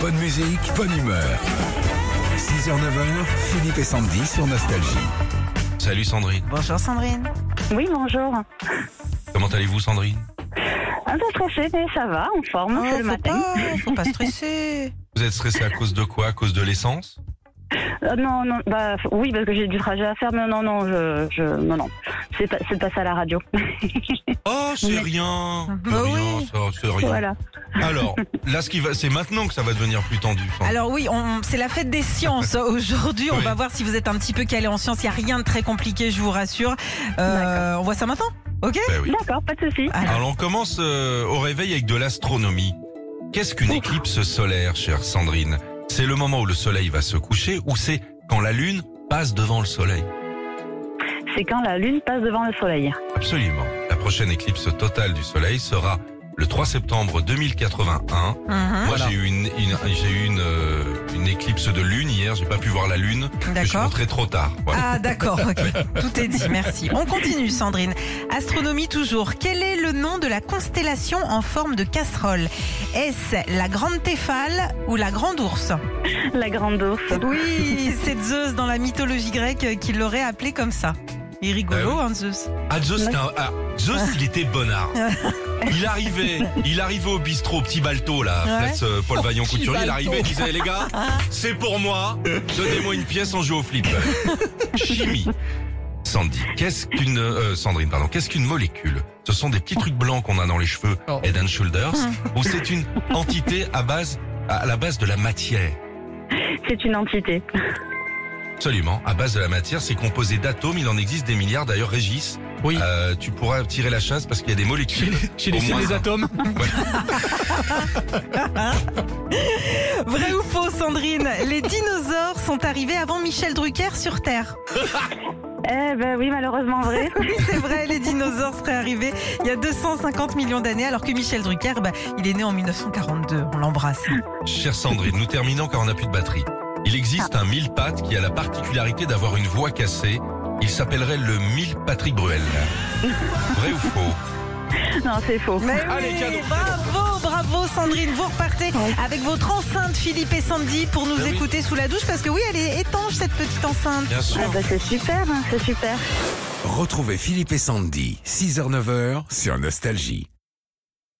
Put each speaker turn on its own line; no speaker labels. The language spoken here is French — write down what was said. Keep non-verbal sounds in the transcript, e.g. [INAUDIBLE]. Bonne musique, bonne humeur. 6h, 9h, Philippe et Sandy sur Nostalgie.
Salut Sandrine.
Bonjour Sandrine.
Oui, bonjour.
Comment allez-vous Sandrine
Un peu stressé, mais ça va, en forme, c'est le
Oh, faut
matin.
pas, faut pas stresser.
Vous êtes stressé à cause de quoi À cause de l'essence
Euh, non, non, bah f- oui, parce que j'ai du trajet à faire, mais non, non, je, je non, non, c'est pas, c'est pas ça la radio.
Oh, c'est
Mais-
rien. C'est
Bah
rien,
oui.
ça, c'est rien.
[LAUGHS] voilà.
Alors, là ce qui va c'est maintenant que ça va devenir plus tendu. Sandrine.
Alors oui, on- c'est la fête des
[LAUGHS]
sciences. Aujourd'hui, on
Oui.
va voir si vous êtes un petit peu calé en sciences. Il n'y a rien de très compliqué, je vous rassure. Euh, on voit ça maintenant Ok
Ben oui.
D'accord, pas de souci.
Alors,
Alors on commence euh, au réveil avec de l'astronomie. Qu'est-ce qu'une éclipse solaire, chère Sandrine C'est le moment où le soleil va se coucher ou c'est quand la lune passe devant le soleil
C'est quand la lune passe devant le soleil.
Absolument. La prochaine éclipse totale du soleil sera le 3 septembre 2081
mhm,
Moi, j'ai eu une, une- j'ai eu une, euh, une éclipse de lune hier. J'ai pas pu voir la lune. parce que Je suis
D'accord.
rentré trop tard. Voilà.
Ah d'accord,
[LAUGHS]
ok. Tout est dit, merci. On continue Sandrine. Astronomie toujours. Quel est le nom de la constellation en forme de casserole Est-ce la Grande Téphale ou la Grande Ourse
La grande ours.
[LAUGHS]
Oui, c'est Zeus dans la mythologie grecque qui l'aurait appelé comme ça. Il est rigolo, hein, Zeus
Ah, Zeus, c'était un- ah, Zeus, il était
[LAUGHS]
bonnard. Il arrivait, il arrivait au bistrot, au petit balto là,
Ouais.
place euh, Paul Vaillant Couturier. Il
balto.
arrivait, il disait les
[LAUGHS]
gars, c'est pour moi. Donnez-moi une pièce, on joue au flip. Chimie. Sandy, qu'est-ce qu'une euh, Sandrine, pardon, qu'est-ce qu'une molécule Ce sont des petits trucs blancs qu'on a dans les cheveux,
Oh.
Head and
[LAUGHS]
Shoulders, ou c'est une entité à base, à la base de la matière.
C'est une entité.
Absolument. À base de la matière, c'est composé d'atomes. Il en existe des milliards. D'ailleurs, Régis,
Oui.
euh, tu pourras tirer la chasse parce qu'il y a des molécules.
J'ai
Au
laissé
moins
les
un.
atomes.
Vrai ou faux, Sandrine Les dinosaures sont arrivés avant Michel Drucker sur Terre.
Eh ben oui, malheureusement vrai.
Oui, c'est vrai, les dinosaures seraient arrivés il y a 250 millions d'années, alors que Michel Drucker, bah, il est né en 1942. On l'embrasse.
Cher Sandrine, nous terminons car on n'a plus de batterie. Il existe
Ah.
un mille pattes qui a la particularité d'avoir une voix cassée. Il s'appellerait le mille Patrick Bruel. Vrai ou faux
Non, c'est faux.
Mais
Allez,
oui,
cadeau.
bravo, bravo, Sandrine. Vous repartez avec votre enceinte Philippe et Sandy pour nous
Ben oui.
écouter sous la douche, parce que oui, elle est étanche, cette petite enceinte.
Bien sûr.
Ah bah c'est super, hein, c'est super.
Retrouvez Philippe et Sandy, 6h, 9h sur Nostalgie.